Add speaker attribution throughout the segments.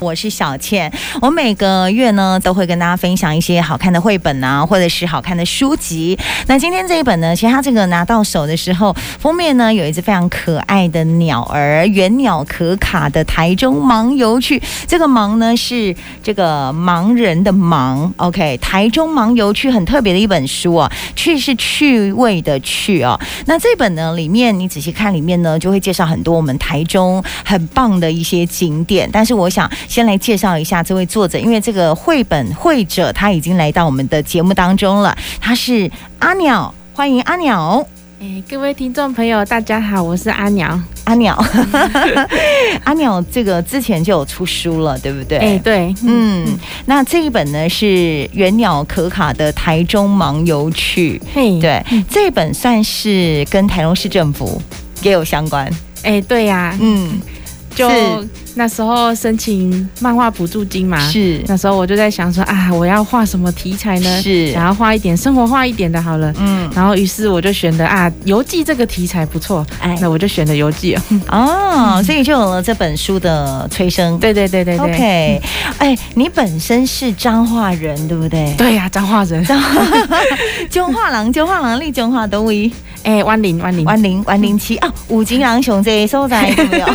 Speaker 1: 我是小倩。我每个月呢都会跟大家分享一些好看的绘本啊，或者是好看的书籍。那今天这一本呢，其实它这个拿到手的时候，封面呢有一只非常可爱的鸟儿，圆鸟可卡的台中盲游趣。这个盲呢是这个盲人的盲，OK，台中盲游趣很特别的一本书哦，趣是趣味的趣哦。那这本呢里面你仔细看里面呢，就会介绍很多我们台中很棒的一些景点。但是我想先来介绍一下这位作者，因为这个绘本绘者他已经来到我们的节目当中了，他是阿鸟，欢迎阿鸟。
Speaker 2: 哎，各位听众朋友，大家好，我是阿鸟。
Speaker 1: 阿鸟，阿鸟，这个之前就有出书了，对不对？
Speaker 2: 哎，对，嗯，
Speaker 1: 嗯，那这一本呢是《圆鸟可卡的台中盲游趣》，
Speaker 2: 嘿，，
Speaker 1: 对，这一本算是跟台中市政府也有相关，
Speaker 2: 哎，对呀、
Speaker 1: 嗯，
Speaker 2: 就是那时候申请漫画补助金嘛，
Speaker 1: 是
Speaker 2: 那时候我就在想说啊，我要画什么题材呢？
Speaker 1: 是
Speaker 2: 想要画一点生活化一点的，好了。
Speaker 1: 嗯，
Speaker 2: 然后，于是我就选的啊，游记这个题材不错，
Speaker 1: 哎，
Speaker 2: 那我就选的游记哦。
Speaker 1: 哦，所以就有了这本书的催生。
Speaker 2: 对对对对对
Speaker 1: OK，哎，你本身是彰化人，对不对？
Speaker 2: 对呀、彰化人，
Speaker 1: 彰化，中化郎，中化郎，立中化都位，
Speaker 2: 哎，湾林湾林，
Speaker 1: 万零万零七啊，五金郎雄这一收在 有没有？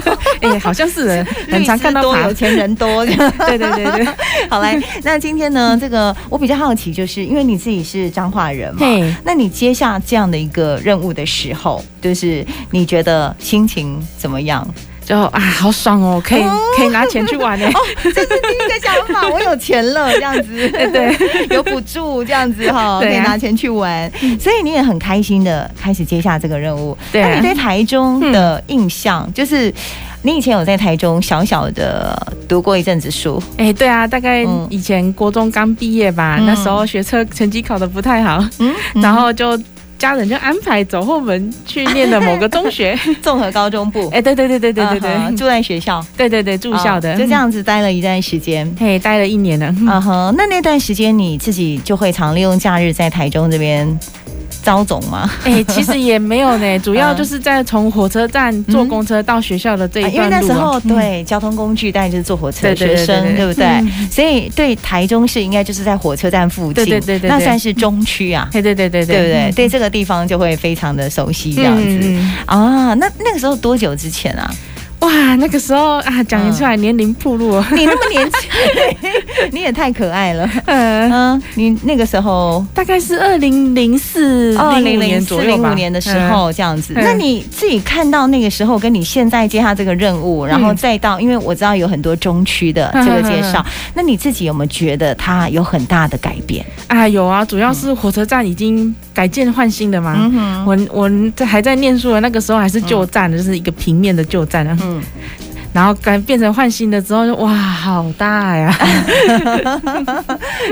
Speaker 2: 哎，好像 是的很常看到
Speaker 1: 哦律师多
Speaker 2: 爬
Speaker 1: 有，钱人多。
Speaker 2: 对对对对，
Speaker 1: 好来，那今天呢，这个我比较好奇，就是因为你自己是彰化人嘛，
Speaker 2: 嘿，
Speaker 1: 那你接下这样的一个任务的时候，就是你觉得心情怎么样？
Speaker 2: 就啊，好爽哦，可以可以拿钱去玩哎。
Speaker 1: 哦第一个想法，我有钱了这样 子，对， 有补助这样子哈，可
Speaker 2: 对啊嗯
Speaker 1: 以拿钱去玩，所以你也很开心的开始接下这个任务。
Speaker 2: 对啊
Speaker 1: 那你对台中的印象，就是你以前有在台中小小的读过一阵子书，
Speaker 2: 哎、对啊，大概
Speaker 1: 嗯
Speaker 2: 以前国中刚毕业吧，
Speaker 1: 嗯
Speaker 2: 那时候学车成绩考得不太好，
Speaker 1: 嗯，
Speaker 2: 然后就家人就安排走后门去念的某个中学。
Speaker 1: 综合高中部
Speaker 2: 哎、，对对对对对对对，
Speaker 1: 嗯哼住在学校，
Speaker 2: 对对对住校的，嗯
Speaker 1: 哦就这。样子待了一段时间。
Speaker 2: 嘿，待了一年了。
Speaker 1: 嗯哼，那那段时间你自己就会常利用假日在台中这边招总吗？
Speaker 2: 哎、其实也没有 呢，主要就是在从火车站坐公车到学校的这
Speaker 1: 啊
Speaker 2: 一
Speaker 1: 因为
Speaker 2: 段路、
Speaker 1: 那时候
Speaker 2: 嗯
Speaker 1: 对交通工具，当然就是坐火车，
Speaker 2: 对对对
Speaker 1: 学
Speaker 2: 对
Speaker 1: 生
Speaker 2: 对嗯
Speaker 1: 对不对？所以对台中市应该就是在火车站附近，
Speaker 2: 对对对对对嗯
Speaker 1: 那算是中区啊，
Speaker 2: 嘿，对对对嗯
Speaker 1: 对不对？
Speaker 2: 对？
Speaker 1: 对这个地方就会非常的熟悉这样子。
Speaker 2: 嗯嗯
Speaker 1: 啊，那那个时候多久之前啊？
Speaker 2: 哇，那个时候啊，讲出来年龄暴露哦，
Speaker 1: 你那么年轻， 你也太可爱 了。
Speaker 2: 呃，
Speaker 1: 嗯，你那个时候
Speaker 2: 大概是二零零四、嗯零五年左右吧。
Speaker 1: 哦零五年的时
Speaker 2: 嗯
Speaker 1: 候这样子。
Speaker 2: 嗯
Speaker 1: 那你自己看到那个时候，跟你现在接下这个任务，然后
Speaker 2: 嗯
Speaker 1: 再到，因为我知道有很多中区的这个介绍，
Speaker 2: 嗯
Speaker 1: 那你自己有没有觉得它有很大的改 变？
Speaker 2: 啊，有啊，主要是火车站已经改建换新的嘛。
Speaker 1: 嗯哼，
Speaker 2: 我我在还在念书的那个时候还是旧站的，就是一个平面的旧站啊。
Speaker 1: 嗯，
Speaker 2: 然后改变成换新的之后就，哇，好 大呀！
Speaker 1: 哎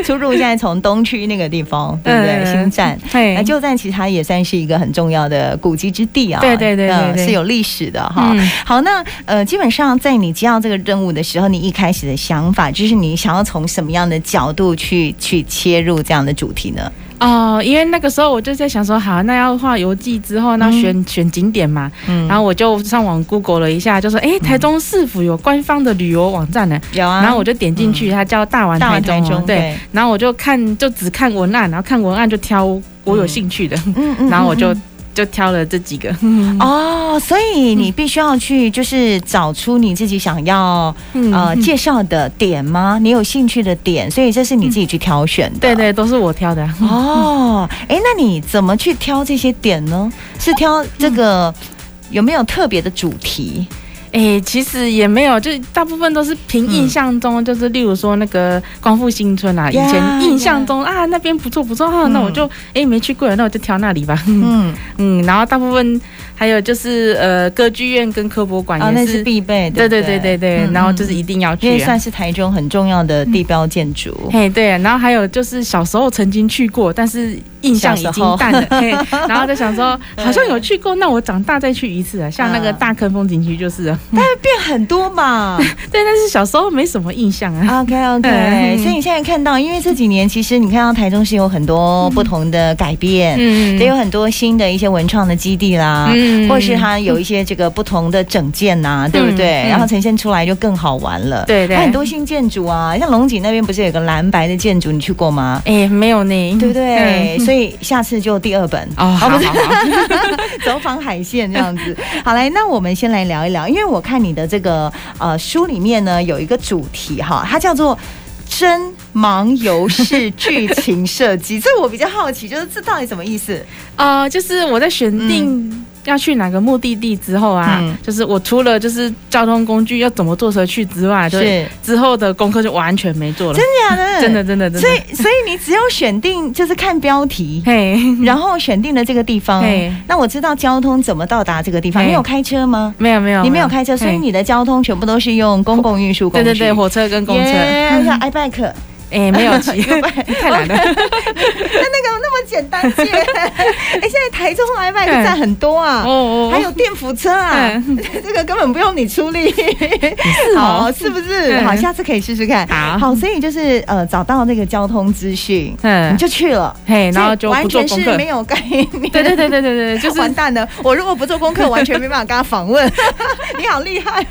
Speaker 1: 出入现在从东区那个地方，对不对？
Speaker 2: 嗯
Speaker 1: 新站。
Speaker 2: 嘿
Speaker 1: 那旧站其实它也算是一个很重要的古迹之地啊，
Speaker 2: 对对对对
Speaker 1: 嗯
Speaker 2: 对
Speaker 1: 是有历史的哈。
Speaker 2: 嗯
Speaker 1: 好，那呃，基本上在你接到这个任务的时候，你一开始的想法就是你想要从什么样的角度去去切入这样的主题呢？
Speaker 2: 哦，因为那个时候我就在想说，好，那要画游记之后，那选、选景点嘛。
Speaker 1: 嗯，
Speaker 2: 然后我就上网 Google 了一下，就说，哎，台中市府有官方的旅游网站呢。
Speaker 1: 有啊，
Speaker 2: 然后我就点进去，它叫大丸
Speaker 1: 大
Speaker 2: 台
Speaker 1: 完
Speaker 2: 中
Speaker 1: 台
Speaker 2: 哦、
Speaker 1: 中，
Speaker 2: 对。，然后我就看，就只看文案，然后看文案就挑我有兴趣的，
Speaker 1: 嗯嗯
Speaker 2: 然后我就
Speaker 1: 嗯
Speaker 2: 就挑了这几个。
Speaker 1: 嗯哦，所以你必须要去就是找出你自己想要
Speaker 2: 嗯
Speaker 1: 呃
Speaker 2: 嗯
Speaker 1: 介绍的点吗？你有兴趣的点，所以这是你自己去挑选的，
Speaker 2: 对。对，都是我挑的。
Speaker 1: 哦，哎，那你怎么去挑这些点呢？是挑这
Speaker 2: 嗯
Speaker 1: 个有没有特别的主题？
Speaker 2: 哎，其实也没有，就大部分都是凭印象
Speaker 1: 嗯
Speaker 2: 中，就是例如说那个光复新村啊，以
Speaker 1: Yeah，
Speaker 2: 前印象中啊那边不错不错啊，那我就哎没去过，那我就挑那 里吧。
Speaker 1: 嗯，
Speaker 2: 嗯，然后大部分还有就是呃歌剧院跟科博馆
Speaker 1: 啊，那
Speaker 2: 也
Speaker 1: 是
Speaker 2: 是，
Speaker 1: 必备的，
Speaker 2: 对对对对对，
Speaker 1: 嗯
Speaker 2: 然后就是一定要
Speaker 1: 因为
Speaker 2: 去啊。
Speaker 1: 算是台中很重要的地标建筑。
Speaker 2: 嘿，对，然后还有就是小时候曾经去过，但是印象已
Speaker 1: 小时候
Speaker 2: 经淡了， 嘿，然后就想说好像有去过，那我长大再去一次啊，像那个
Speaker 1: 嗯
Speaker 2: 大坑风景区就是了，
Speaker 1: 但会变 很多嘛。
Speaker 2: 对，但是小时候没什么印象啊，
Speaker 1: OK OK，
Speaker 2: 嗯
Speaker 1: 所以你现在看到，因为这几年其实你看到台中是有很多不同的改变，
Speaker 2: 嗯
Speaker 1: 也有很多新的一些文创的基地啦，
Speaker 2: 嗯
Speaker 1: 或是它有一些这个不同的整件呐、对不对？
Speaker 2: 嗯嗯
Speaker 1: 然后呈现出来就更好玩了。
Speaker 2: 对对
Speaker 1: 还有很多新建筑啊，像龙井那边不是有个蓝白的建筑，你去过吗？
Speaker 2: 哎没有呢，
Speaker 1: 对不对？
Speaker 2: 嗯
Speaker 1: 所以下次就第二本
Speaker 2: 哦，好
Speaker 1: 不
Speaker 2: 好
Speaker 1: 是
Speaker 2: 好，
Speaker 1: 走访海线这样子。好来，那我们先来聊一聊，因为我看你的这个呃书里面呢有一个主题哈，它叫做。真盲游戏剧情设 计，这我比较好奇，就是这到底什么意思？
Speaker 2: 呃，就是我在选定要去哪个目的地之后啊，
Speaker 1: 嗯
Speaker 2: 就是我除了就是交通工具要怎么坐车去之外，就是之后的功课就完全没做了，
Speaker 1: 真的假的？
Speaker 2: 真的真的真
Speaker 1: 所
Speaker 2: 的，
Speaker 1: 以，所以你只有选定就是看标 题，
Speaker 2: 嘿，
Speaker 1: 然后选定了这个地方
Speaker 2: 嘿。
Speaker 1: 那我知道交通怎么到达这个地方，
Speaker 2: 嘿
Speaker 1: 你有开车吗？
Speaker 2: 没有没有，
Speaker 1: 你没有开车，
Speaker 2: 嘿
Speaker 1: 所以你的交通全部都是用公共运输工
Speaker 2: 对
Speaker 1: 具。
Speaker 2: 对对，火车跟公车，
Speaker 1: 耶
Speaker 2: 嗯
Speaker 1: 像 iBike，
Speaker 2: 哎没有 骑，太难了，
Speaker 1: 那那个那么简 单借。哎，现在台中 iBike
Speaker 2: 嗯
Speaker 1: 站很多啊
Speaker 2: 哦。哦，
Speaker 1: 还有电扶车啊，
Speaker 2: 嗯
Speaker 1: 这个根本不用你出力，
Speaker 2: 是
Speaker 1: 好
Speaker 2: 哦，
Speaker 1: 是不是？
Speaker 2: 嗯
Speaker 1: 好，下次可以试试看。
Speaker 2: 好
Speaker 1: 好，所以就是呃，找到那个交通资讯，你
Speaker 2: 嗯，
Speaker 1: 就去了。
Speaker 2: 嘿，然后就
Speaker 1: 完
Speaker 2: 不做
Speaker 1: 全
Speaker 2: 功
Speaker 1: 是
Speaker 2: 课
Speaker 1: 没，有概念。
Speaker 2: 对对对对对对，就是
Speaker 1: 完蛋了！我如果不做功 课，完全没办法跟他访问。 你好厉害，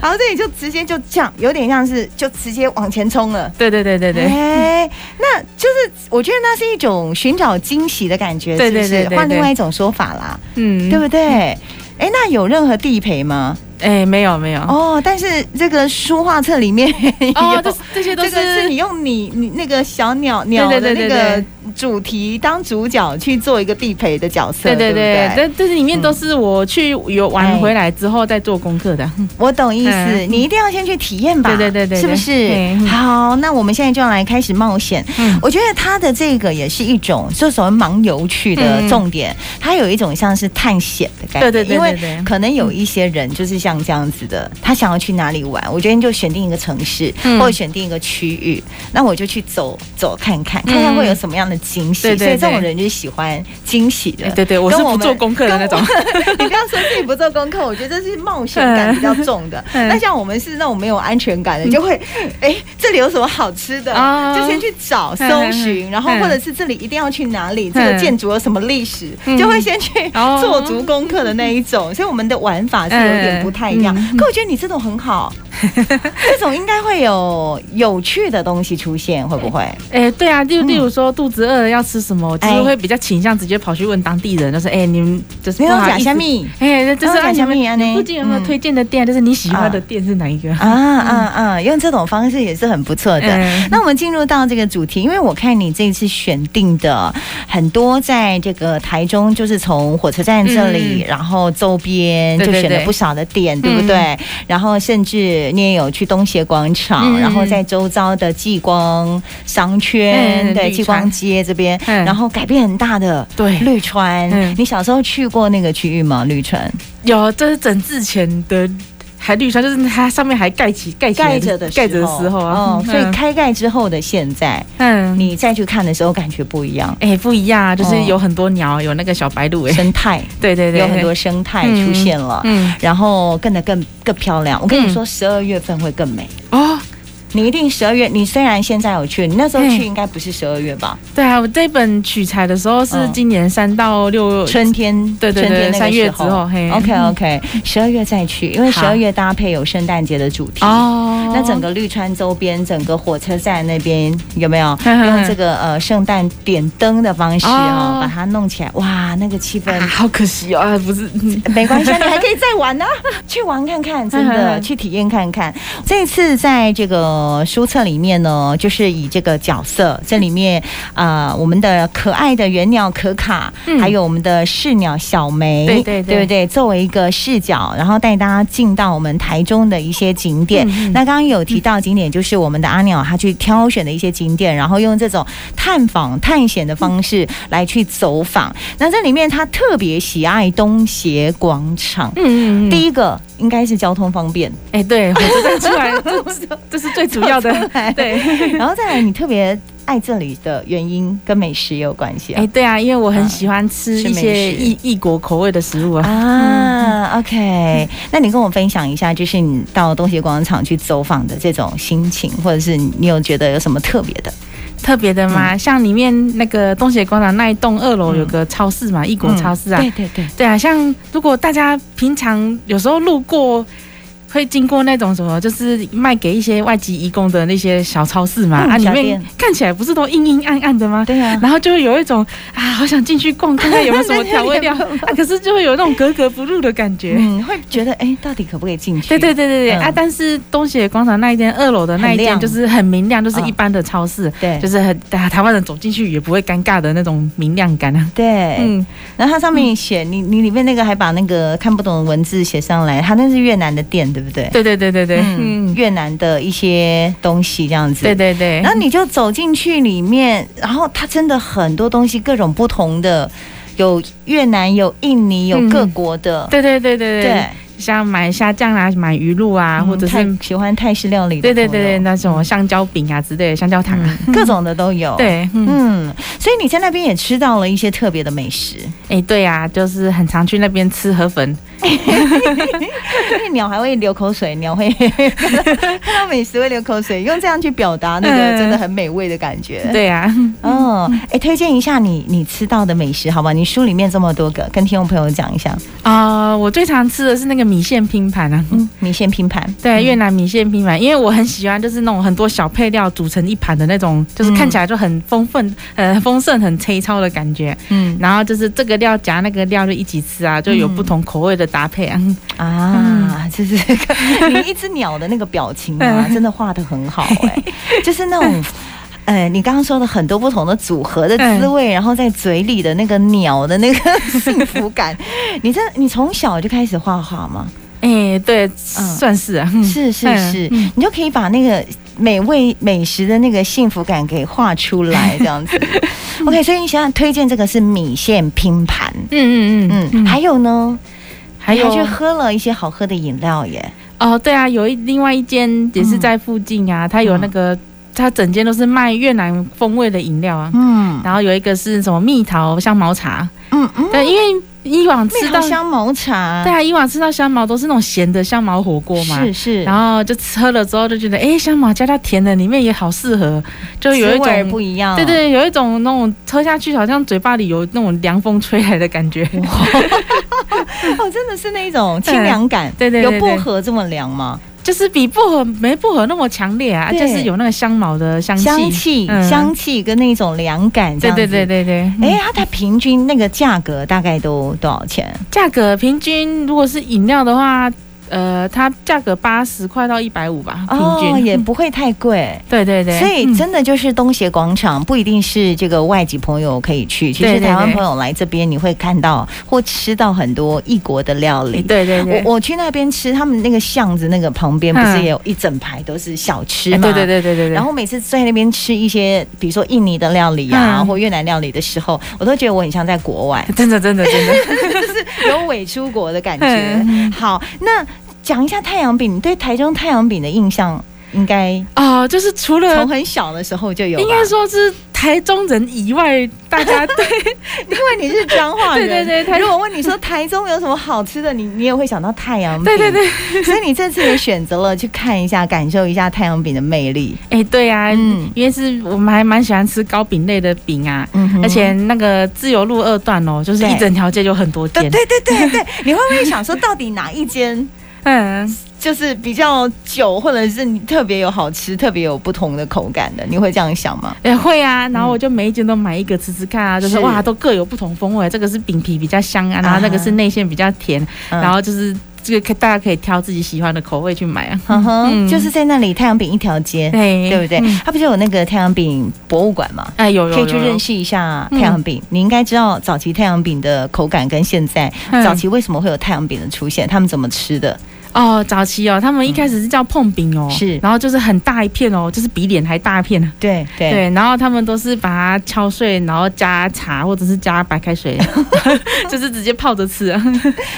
Speaker 1: 然后这里就直接就这样，有点像是就直接往前冲了。
Speaker 2: 对对对对对。
Speaker 1: 哎，那就是我觉得那是一种寻找惊喜的感觉，
Speaker 2: 对
Speaker 1: 是不是
Speaker 2: 对对对对
Speaker 1: 换另外一种说法啦，
Speaker 2: 嗯，
Speaker 1: 对不对？哎，那有任何地陪吗？
Speaker 2: 哎，没有没有，
Speaker 1: 哦，但是这个书画册里面
Speaker 2: 哦，
Speaker 1: 有
Speaker 2: 这这些都
Speaker 1: 这个是你用你你那个小鸟鸟的
Speaker 2: 对
Speaker 1: 那
Speaker 2: 对对
Speaker 1: 个
Speaker 2: 对
Speaker 1: 主题当主角去做一个地陪的角色，
Speaker 2: 对对
Speaker 1: 对
Speaker 2: 对，
Speaker 1: 不对，
Speaker 2: 但但是里面都是我去游
Speaker 1: 哎
Speaker 2: 玩回来之后再做功课的。
Speaker 1: 我懂意思，
Speaker 2: 嗯
Speaker 1: 你一定要先去体验吧，
Speaker 2: 对对对对对
Speaker 1: 是不
Speaker 2: 对
Speaker 1: 是？好，那我们现在就要来开始冒险。
Speaker 2: 嗯
Speaker 1: 我觉得它的这个也是一种，就所谓盲游去的
Speaker 2: 嗯
Speaker 1: 重点，它有一种像是探险的感觉，
Speaker 2: 对对对对对
Speaker 1: 因为可能有一些人就是像这样子的，他想要去哪里玩，我觉得你就选定一个城市、
Speaker 2: 嗯
Speaker 1: 或者选定一个区域，那我就去走走看看，
Speaker 2: 嗯
Speaker 1: 看看会有什么样的惊喜。
Speaker 2: 对对对
Speaker 1: 所以这种人就是喜欢惊喜的，
Speaker 2: 哎对对，我是
Speaker 1: 跟我
Speaker 2: 不
Speaker 1: 们
Speaker 2: 做功课的那种。
Speaker 1: 你不要说自己不做功课，我觉得这是冒险感比较重的。
Speaker 2: 嗯
Speaker 1: 那像我们是那种没有安全感的，就会，哎，这里有什么好吃的，
Speaker 2: 哦
Speaker 1: 就先去找
Speaker 2: 嗯
Speaker 1: 搜寻，
Speaker 2: 嗯
Speaker 1: 然后
Speaker 2: 嗯
Speaker 1: 或者是这里一定要去哪里，这个建筑有什么历史，
Speaker 2: 嗯
Speaker 1: 就会先去
Speaker 2: 哦
Speaker 1: 做足功课的那一种。所以我们的玩法是有点不太一样
Speaker 2: 嗯。嗯
Speaker 1: 可我觉得你这种很 好，这种应该会有有趣的东西出现，会不会？
Speaker 2: 哎，对啊，例如
Speaker 1: 嗯
Speaker 2: 例如说肚子饿了要吃什么，我就是
Speaker 1: 哎
Speaker 2: 会比较倾向直接跑去问当地人，就是哎，你们就是
Speaker 1: 没
Speaker 2: 不
Speaker 1: 有
Speaker 2: 好
Speaker 1: 假
Speaker 2: 意
Speaker 1: 虾
Speaker 2: 思。
Speaker 1: 米
Speaker 2: 哎，就
Speaker 1: 那
Speaker 2: 是
Speaker 1: 我
Speaker 2: 啊，
Speaker 1: 讲
Speaker 2: 你
Speaker 1: 虾
Speaker 2: 们
Speaker 1: 米啊呢
Speaker 2: 你附近有没有
Speaker 1: 嗯
Speaker 2: 推荐的店？就是你喜欢的店是哪一个？
Speaker 1: 啊啊啊！用这种方式也是很不错的。
Speaker 2: 嗯
Speaker 1: 那我们进入到这个主题，因为我看你这次选定的很多在这个台中，就是从火车站这里，然后周边
Speaker 2: 嗯对
Speaker 1: 就
Speaker 2: 对
Speaker 1: 选了
Speaker 2: 对
Speaker 1: 不少的点，对不
Speaker 2: 嗯
Speaker 1: 对？然后甚至你也有去东协广场，
Speaker 2: 嗯
Speaker 1: 然后在周遭的继光商圈、
Speaker 2: 嗯
Speaker 1: 对
Speaker 2: 绿
Speaker 1: 继光
Speaker 2: 川
Speaker 1: 街这边，
Speaker 2: 嗯
Speaker 1: 然后改变很大的。
Speaker 2: 对，
Speaker 1: 绿川，
Speaker 2: 嗯
Speaker 1: 你小时候去过那个区域吗？绿川
Speaker 2: 有，这是整治前的。还绿川，就是它上面还盖起盖起来
Speaker 1: 盖着的
Speaker 2: 盖着的时候啊，
Speaker 1: 哦，所以开盖之后的现在，
Speaker 2: 嗯，
Speaker 1: 你再去看的时候感觉不一样，
Speaker 2: 哎、不一样啊，就是
Speaker 1: 哦
Speaker 2: 有很多鸟，有那个小白鹭，哎，
Speaker 1: 生态
Speaker 2: 对对对，
Speaker 1: 有很多，生态出现了，
Speaker 2: 嗯，
Speaker 1: 然后更得更更漂亮。我跟你说，十二月份会更美。
Speaker 2: 哦，
Speaker 1: 你一定十二月，你虽然现在有去，你那时候去
Speaker 2: 嗯
Speaker 1: 应该不是十二月吧？
Speaker 2: 对啊，我这本取材的时候是
Speaker 1: 嗯
Speaker 2: 今年三到六，
Speaker 1: 春天，
Speaker 2: 对对对
Speaker 1: 春天那个
Speaker 2: 三月
Speaker 1: 时
Speaker 2: 之后嘿嗯
Speaker 1: OK OK，十二月再去，因为十
Speaker 2: 好
Speaker 1: 二月搭配有圣诞节的主题。
Speaker 2: 哦，
Speaker 1: 那整个绿川周边，整个火车站那边有没有
Speaker 2: 嗯嗯嗯
Speaker 1: 用这个呃圣诞点灯的方式哦
Speaker 2: 哦，
Speaker 1: 把它弄起来？哇，那个气氛
Speaker 2: 啊，好可惜哦，啊，不是，嗯
Speaker 1: 没关系，你还可以再 玩呢、啊去玩看看，真的去体验看看。这次在这个书册里面呢，就是以这个角色，这里面呃，我们的可爱的园鸟可卡，
Speaker 2: 嗯
Speaker 1: 还有我们的饰鸟小梅，
Speaker 2: 对对对
Speaker 1: 对不对？作为一个视角，然后带大家进到我们台中的一些景点。
Speaker 2: 嗯嗯
Speaker 1: 那刚刚有提到景点，就是我们的阿鸟他去挑选的一些景点，然后用这种探访、探险的方式来去走访。那这里面他特别喜爱东协广场。
Speaker 2: 嗯嗯嗯，
Speaker 1: 第一个应该是交通方便，
Speaker 2: 哎、对，火车站出来，这这是最主要的，对，
Speaker 1: 然后再来你特别爱这里的原因跟美食也有关系
Speaker 2: 哎、
Speaker 1: 啊。
Speaker 2: 对啊，因为我很喜欢吃
Speaker 1: 吃
Speaker 2: 一
Speaker 1: 美
Speaker 2: 些
Speaker 1: 食
Speaker 2: 异异国口味的食物啊。
Speaker 1: 啊，OK，那你跟我分享一下，就是你到东协广场去走访的这种心情，或者是你有觉得有什么特别的？
Speaker 2: 特别的吗？像里面那个东协广场那一栋二楼有个超市嘛，异国超市啊。
Speaker 1: 对对对，
Speaker 2: 嗯对啊，像如果大家平常有时候路过。会经过那种什么，就是卖给一些外籍移工的那些小超市嘛，
Speaker 1: 嗯
Speaker 2: 啊，里
Speaker 1: 小
Speaker 2: 面
Speaker 1: 店
Speaker 2: 看起来不是都阴阴暗暗的吗？
Speaker 1: 对啊，
Speaker 2: 然后就会有一种啊，好想进去逛，看看有没有什么调味 料
Speaker 1: 对对对
Speaker 2: 啊，可是就会有那种格格不入的感觉。
Speaker 1: 嗯，会觉得哎、到底可不可以进去？
Speaker 2: 对对对对对、
Speaker 1: 嗯
Speaker 2: 啊！但是东协广场那一间二楼的那
Speaker 1: 很
Speaker 2: 一间
Speaker 1: 亮
Speaker 2: 就是很明亮，就是
Speaker 1: 嗯
Speaker 2: 一般的超市，
Speaker 1: 对，
Speaker 2: 就是很啊台湾人走进去也不会尴尬的那种明亮感啊。
Speaker 1: 对，
Speaker 2: 嗯，
Speaker 1: 然后它上面写你你里面那个还把那个看不懂的文字写上来，它那是越南的店，对不对？
Speaker 2: 对对对对对，
Speaker 1: 嗯，
Speaker 2: 嗯，
Speaker 1: 越南的一些东西这样子。
Speaker 2: 对对对
Speaker 1: 然。后你就走进去里面，然后它真的很多东西，各种不同的，有越南，有印尼，有
Speaker 2: 嗯
Speaker 1: 各国的。
Speaker 2: 对对对对
Speaker 1: 对，
Speaker 2: 像买虾酱啊，买鱼露啊，
Speaker 1: 嗯
Speaker 2: 或者是
Speaker 1: 泰喜欢泰式料理的
Speaker 2: 对对对
Speaker 1: 朋友
Speaker 2: 对，那种香蕉饼啊之类的，香蕉糖啊，
Speaker 1: 嗯嗯各种的都有。，
Speaker 2: 对，嗯，
Speaker 1: 嗯，所以你在那边也吃到了一些特别的美食，
Speaker 2: 哎、对啊，就是很常去那边吃河粉，
Speaker 1: 因为鸟还会流口水，鸟会 看到美食会流口水，用这样去表达那个
Speaker 2: 嗯
Speaker 1: 真的很美味的感觉。
Speaker 2: 对啊，
Speaker 1: 哦，哎，推荐一下你你吃到的美食，好吧？你书里面这么多个，跟听众朋友讲一下。
Speaker 2: 啊、我最常吃的是那个米线拼盘啊，
Speaker 1: 嗯，米线拼盘，
Speaker 2: 对，啊越南米线拼盘，因为我很喜欢，就是那种很多小配料组成一盘的那种，就是
Speaker 1: 嗯
Speaker 2: 看起来就很丰盛、很丰盛、很粗糙的感觉。
Speaker 1: 嗯
Speaker 2: 然后就是这个料夹那个料就一起吃啊，就有
Speaker 1: 嗯
Speaker 2: 不同口味的搭配啊。
Speaker 1: 啊，就是这个你一只鸟的那个表情 啊，
Speaker 2: 嗯
Speaker 1: 真的画的很好哎、就是那种。呃，你刚刚说的很多不同的组合的滋味，
Speaker 2: 嗯
Speaker 1: 然后在嘴里的那个鸟的那个幸福 感，你这你从小就开始画画吗？
Speaker 2: 哎、对，算是啊。
Speaker 1: 是是
Speaker 2: 嗯
Speaker 1: 是，
Speaker 2: 嗯
Speaker 1: 你就可以把那个美味美食的那个幸福感给画出来，这 样子。OK，所以你想想推荐这个是米线拼盘，
Speaker 2: 嗯嗯
Speaker 1: 嗯，
Speaker 2: 嗯，
Speaker 1: 还有呢，
Speaker 2: 还
Speaker 1: 你去
Speaker 2: 有
Speaker 1: 喝了一些好喝的饮料耶，
Speaker 2: 哦，对啊，有一另外一间也是在附近啊，它有那个，它整间都是卖越南风味的饮料啊。
Speaker 1: 嗯
Speaker 2: 然后有一个是什么蜜桃香茅茶，
Speaker 1: 嗯嗯，
Speaker 2: 对，因为以往吃
Speaker 1: 蜜
Speaker 2: 到
Speaker 1: 桃香茅茶，
Speaker 2: 对啊，以往吃到香茅都是那种咸的香茅火锅嘛，
Speaker 1: 是是，
Speaker 2: 然后就吃喝了之后就觉得，哎，香茅加到甜的里面也好适合，就有一
Speaker 1: 滋味
Speaker 2: 种。
Speaker 1: 不一样，
Speaker 2: 对。对，有一种那种喝下去好像嘴巴里有那种凉风吹来的感觉。
Speaker 1: 哦，真的是那种清凉感，
Speaker 2: 对对对对
Speaker 1: 有薄荷这么凉吗？
Speaker 2: 就是比薄荷没薄荷那么强烈啊，
Speaker 1: 对
Speaker 2: 就是有那个香茅的香气。
Speaker 1: 香气、
Speaker 2: 嗯
Speaker 1: 香气跟那种凉感，
Speaker 2: 对对对。对对，哎、
Speaker 1: 哎，它的平均那个价格大概都多少钱？
Speaker 2: 价格平均如果是饮料的话，呃，它价格八十块到一百五吧，平均、嗯
Speaker 1: 哦，也不会太贵。
Speaker 2: 对对对，
Speaker 1: 所以
Speaker 2: 嗯
Speaker 1: 真的就是东协广场不一定是这个外籍朋友可以去，其
Speaker 2: 对
Speaker 1: 实
Speaker 2: 对对
Speaker 1: 台湾朋友来这边你会看到或吃到很多异国的料理。
Speaker 2: 嗯对对对，嗯
Speaker 1: 我我去那边吃，他们那个巷子那个旁边不是也有一整排都是小吃
Speaker 2: 哎
Speaker 1: 吗？
Speaker 2: 对对对对对对，
Speaker 1: 然后每次在那边吃一些，比如说印尼的料理啊，
Speaker 2: 嗯
Speaker 1: 或越南料理的时候，我都觉得我很像在国 外，
Speaker 2: 哎真的真的 真的，
Speaker 1: 有伪出国的感觉。
Speaker 2: 嗯
Speaker 1: 好，那讲一下太阳饼，你对台中太阳饼的印象应该
Speaker 2: 哦，就是除了
Speaker 1: 从很小的时候就有吧，
Speaker 2: 应该说是台中人以外，大家对
Speaker 1: 因为你 是彰化人，
Speaker 2: 对对对台
Speaker 1: 如果问你说台中有什么好吃的，你你也会想到太阳饼，
Speaker 2: 对对
Speaker 1: 对。所以你这次也选择了去看一下，感受一下太阳饼的魅力。
Speaker 2: 哎对啊，
Speaker 1: 嗯
Speaker 2: 因为是我们还蛮喜欢吃糕饼类的饼啊。
Speaker 1: 嗯哼
Speaker 2: 而且那个自由路二段哦，就是
Speaker 1: 对
Speaker 2: 一整条街有很多
Speaker 1: 对
Speaker 2: 间，
Speaker 1: 对对对对，你会不会想说，到底哪一间
Speaker 2: 嗯，
Speaker 1: 就是比较久，或者是你特别有好吃、特别有不同的口感的？你会这样想吗？
Speaker 2: 也会啊，然后我就每一间都买一个吃吃看啊，就
Speaker 1: 嗯
Speaker 2: 是
Speaker 1: 是
Speaker 2: 哇，都各有不同风味，这个是饼皮比较香啊，然
Speaker 1: 啊哈
Speaker 2: 后那个是内馅比较甜，
Speaker 1: 嗯
Speaker 2: 然后就是这个可大家可以挑自己喜欢的口味去买啊。
Speaker 1: 呵呵，
Speaker 2: 嗯
Speaker 1: 就是在那里太阳饼一条街，
Speaker 2: 对
Speaker 1: 对不对？
Speaker 2: 嗯
Speaker 1: 它不是有那个太阳饼博物馆吗？
Speaker 2: 哎，有有
Speaker 1: 可以去
Speaker 2: 有有
Speaker 1: 认识一下太阳饼。你应该知道早期太阳饼的口感跟现在、
Speaker 2: 嗯
Speaker 1: 早期为什么会有太阳饼的出现，他们怎么吃的。
Speaker 2: 哦，早期哦，他们一开始是叫碰饼哦，
Speaker 1: 嗯是
Speaker 2: 然后就是很大一片哦，就是比脸还大一片呢。
Speaker 1: 对对
Speaker 2: 对，然后他们都是把它敲碎，然后加茶或者是加白开水， 就是直接泡着吃啊。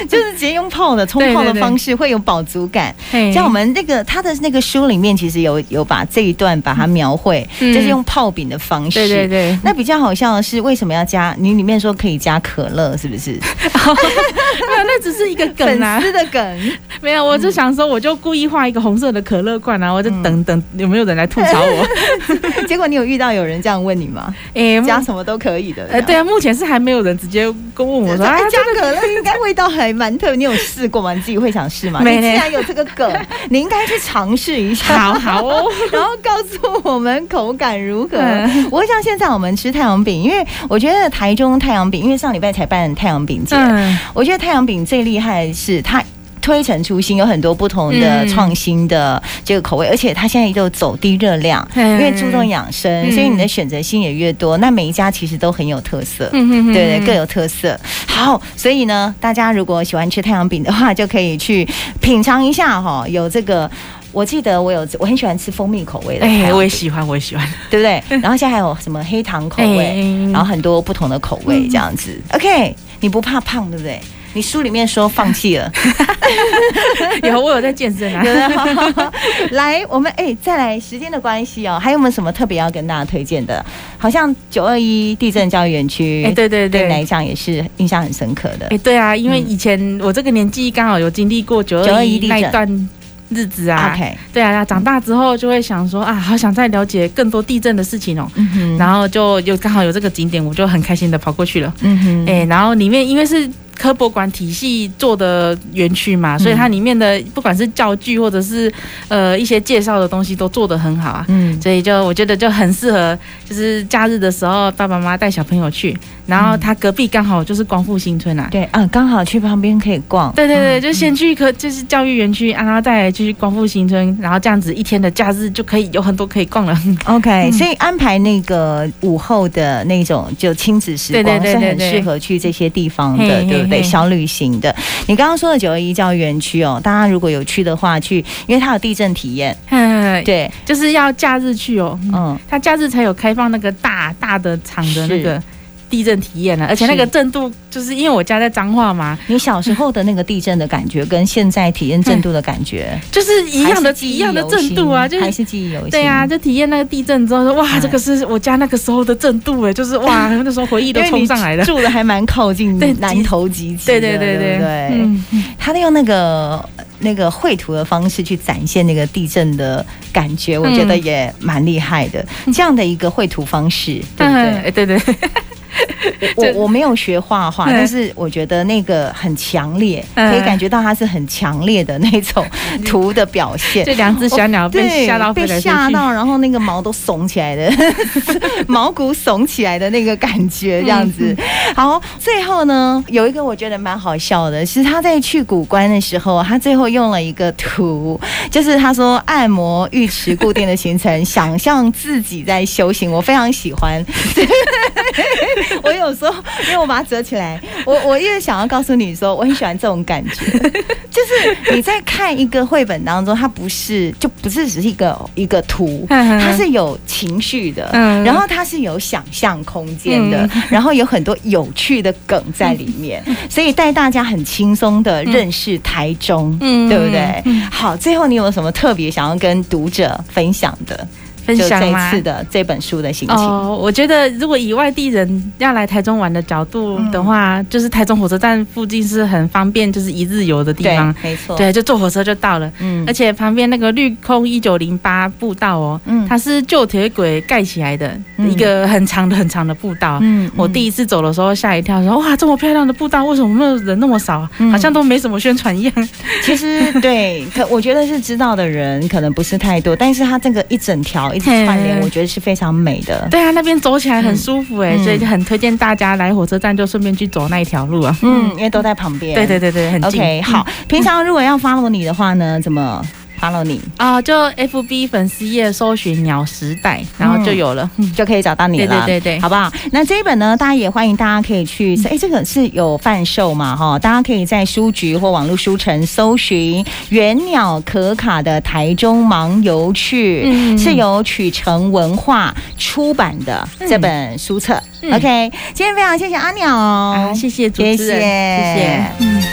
Speaker 1: 就是直接用泡的冲泡
Speaker 2: 对
Speaker 1: 的
Speaker 2: 对对
Speaker 1: 方式会有饱足感。
Speaker 2: 嘿
Speaker 1: 像我们那个他的那个书里面，其实有有把这一段把它描绘，
Speaker 2: 嗯
Speaker 1: 就是用泡饼的方式。
Speaker 2: 对对对，
Speaker 1: 那比较好笑的是，为什么要加？你里面说可以加可乐，是不是？
Speaker 2: 没有，那只是一个 梗
Speaker 1: 粉
Speaker 2: 啊，
Speaker 1: 丝的 梗，
Speaker 2: 没有，我就想说，我就故意画一个红色的可乐罐啊，我就等等有没有人来吐槽 我。
Speaker 1: 结果你有遇到有人这样问你 吗？
Speaker 2: 哎，目
Speaker 1: 加什么都可以的。
Speaker 2: 呃，对啊，目前是还没有人直接跟问我
Speaker 1: 这样。哎
Speaker 2: 说啊，
Speaker 1: 加可乐应该味道还蛮特别，你有试过吗？你自己会想试吗？
Speaker 2: 没
Speaker 1: 你既
Speaker 2: 嘞
Speaker 1: 然有这个梗， 你应该去尝试一下。
Speaker 2: 好好哦，
Speaker 1: 然后告诉我们口感如何。
Speaker 2: 嗯
Speaker 1: 我想现在我们吃太阳饼，因为我觉得台中太阳饼，因为上礼拜才办太阳饼节，
Speaker 2: 嗯，
Speaker 1: 我觉得太阳饼最厉害的是它。推陈出新，有很多不同的
Speaker 2: 嗯
Speaker 1: 创新的这个口味，而且它现在都走低热量，因
Speaker 2: 因
Speaker 1: 为注重，养生，
Speaker 2: 嗯
Speaker 1: 所以你的选择性也越多。那每一家其实都很有特色。
Speaker 2: 嗯嗯
Speaker 1: 对对，各有特色。好，所以呢，大家如果喜欢吃太阳饼的话，就可以去品尝一下哈、有这个。我记得我有我很喜欢吃蜂蜜口味的太
Speaker 2: 哎，
Speaker 1: 阳
Speaker 2: 我也
Speaker 1: 饼，
Speaker 2: 喜欢，我也喜欢
Speaker 1: 对不对？然后现在还有什么黑糖口味，
Speaker 2: 哎
Speaker 1: 然后很多不同的口
Speaker 2: 嗯
Speaker 1: 味这样子。OK，你不怕胖对不对？你书里面说放弃 了，
Speaker 2: 然后我有在健身啊
Speaker 1: 对。不对？来，我们哎、再来时间的关系哦，还有没有什么特别要跟大家推荐的？好像九二一地震教育园区，
Speaker 2: 哎，对对
Speaker 1: 对你来
Speaker 2: 对。
Speaker 1: 讲也是印象很深刻的
Speaker 2: 哎，。对啊，因为
Speaker 1: 嗯
Speaker 2: 以前我这个年纪刚好有经历过九二
Speaker 1: 921
Speaker 2: 一
Speaker 1: 地震
Speaker 2: 那一段日子啊，
Speaker 1: OK，
Speaker 2: 对啊，长大之后就会想说啊，好想再了解更多地震的事情哦。
Speaker 1: 嗯哼
Speaker 2: 然后就有刚好有这个景点，我就很开心的跑过去了。
Speaker 1: 嗯哼，
Speaker 2: 哎、然后里面因为是科博馆体系做的园区
Speaker 1: 嗯
Speaker 2: 嘛，所以它里面的不管是教具或者是呃一些介绍的东西都做得很好啊。
Speaker 1: 嗯，
Speaker 2: 所以就我觉得就很适合，就是假日的时候爸爸妈妈带小朋友去，然后他隔壁刚好就是光复新村啊。
Speaker 1: 对，啊，刚好去旁边可以逛，
Speaker 2: 对对对，就先去
Speaker 1: 嗯
Speaker 2: 科就是教育园区，啊然后再来去光复新村，然后这样子一天的假日就可以有很多可以逛了。
Speaker 1: ，OK，所以安排那个午后的那种就亲子时光，
Speaker 2: 对对对对
Speaker 1: 是
Speaker 2: 对
Speaker 1: 很适合去这些地方的，
Speaker 2: 嘿
Speaker 1: 对不对？
Speaker 2: 嘿嘿
Speaker 1: 小旅行的。你刚刚说的九二一教育园区哦，大家如果有去的话，去，因为它有地震体验，
Speaker 2: 嗯，
Speaker 1: 对，
Speaker 2: 就是要假日去哦。
Speaker 1: 嗯，
Speaker 2: 它假日才有开放那个大大的厂的那个地震体验啊了、而且那个震度，就是因为我家在彰化嘛，
Speaker 1: 你小时候的那个地震的感觉，跟现在体验震度的感觉
Speaker 2: 就是 一样的
Speaker 1: 还是记忆
Speaker 2: 一样的震度
Speaker 1: 犹
Speaker 2: 啊，
Speaker 1: 新
Speaker 2: 就
Speaker 1: 还
Speaker 2: 是。
Speaker 1: 是记忆犹新，
Speaker 2: 对啊，就体验那个地震之后说，哇，
Speaker 1: 哎
Speaker 2: 这个是我家那个时候的震度哎，就是 哇，那时候回忆
Speaker 1: 因
Speaker 2: 都
Speaker 1: 为
Speaker 2: 冲
Speaker 1: 你
Speaker 2: 上来了。
Speaker 1: 住的还蛮靠近
Speaker 2: 对
Speaker 1: 南投集集
Speaker 2: 对
Speaker 1: 的，
Speaker 2: 对
Speaker 1: 对
Speaker 2: 对对
Speaker 1: 不对，
Speaker 2: 嗯，
Speaker 1: 他利用那个那个绘图的方式去展现那个地震的感觉，我觉得
Speaker 2: 嗯
Speaker 1: 也蛮厉害的。这样的一个绘图方式，对不
Speaker 2: 嗯
Speaker 1: 对？
Speaker 2: 哎对对，
Speaker 1: 我
Speaker 2: 这
Speaker 1: 我没有学画画，
Speaker 2: 嗯
Speaker 1: 但是我觉得那个很强烈，
Speaker 2: 嗯
Speaker 1: 可以感觉到它是很强烈的那 种图的表现。
Speaker 2: 这两只小鸟被
Speaker 1: 哦对
Speaker 2: 吓到飞
Speaker 1: 被
Speaker 2: 来飞
Speaker 1: 吓
Speaker 2: 去。
Speaker 1: 到，然后那个毛都耸起来的， 毛骨耸起来的那个感觉，这样
Speaker 2: 嗯
Speaker 1: 子。好，最后呢，有一个我觉得蛮好笑的，是他在去古关的时候，他最后用了一个图，就是他说按摩浴池固定的行程， 想象自己在修行，我非常喜欢。 我有时候因为我把它折起来，我我越想要告诉你说，我很喜欢这种感觉， 就是你在看一个绘本当中，它不是就不是只是一个一个图，
Speaker 2: 嗯
Speaker 1: 它是有情绪的，
Speaker 2: 嗯
Speaker 1: 然后它是有想象空间的，然后有很多有趣的梗在里面，
Speaker 2: 嗯
Speaker 1: 所以带大家很轻松的认识台中，
Speaker 2: 嗯
Speaker 1: 对不对？好，最后你有没有什么特别想要跟读者分享的？
Speaker 2: 分
Speaker 1: 就
Speaker 2: 享
Speaker 1: 这
Speaker 2: 吗
Speaker 1: 次？的这本书的心情，
Speaker 2: 哦，我觉得如果以外地人要来台中玩的角度的话，
Speaker 1: 嗯
Speaker 2: 就是台中火车站附近是很方便，就是一日游的地
Speaker 1: 对
Speaker 2: 方。，
Speaker 1: 没错，
Speaker 2: 对，就坐火车就到了。
Speaker 1: 嗯
Speaker 2: 而且旁边那个绿空一九零八步道哦，
Speaker 1: 嗯
Speaker 2: 它是旧铁轨盖起来的、
Speaker 1: 嗯
Speaker 2: 一个很长的很长的步道。
Speaker 1: 嗯
Speaker 2: 我第一次走的时候吓一跳，说哇，这么漂亮的步道，为什么那么人那么少啊？
Speaker 1: 嗯
Speaker 2: 好像都没什么宣传一样。
Speaker 1: 其实对，可我觉得是知道的人可能不是太多，但是它这个一整条一直串联，
Speaker 2: 嘿
Speaker 1: 我觉得是非常美的。
Speaker 2: 对啊，那边走起来很舒服哎、
Speaker 1: 嗯
Speaker 2: 所以就很推荐大家来火车站就顺便去走那一条路啊。
Speaker 1: 嗯，因为都在旁边。
Speaker 2: 对对对对，很近。嗯
Speaker 1: OK，好。平常如果要 follow 你的话呢，怎么 follow 你，
Speaker 2: 啊、就 FB 粉丝页搜寻“鸟时代”，然
Speaker 1: 嗯
Speaker 2: 后就有了。
Speaker 1: 就可以找到你
Speaker 2: 对
Speaker 1: 了。
Speaker 2: 对对对，
Speaker 1: 好不好？那这一本呢，大家也欢迎大家可以去，哎、这个是有贩售嘛，哈，大家可以在书局或网络书城搜寻《原鸟可卡的台中盲游趣》
Speaker 2: 嗯
Speaker 1: 是由曲成文化出版的这本书册。
Speaker 2: 嗯
Speaker 1: OK，今天非常谢谢阿鸟，
Speaker 2: 啊，谢谢主
Speaker 1: 哦谢
Speaker 2: 持人，谢谢
Speaker 1: 谢。嗯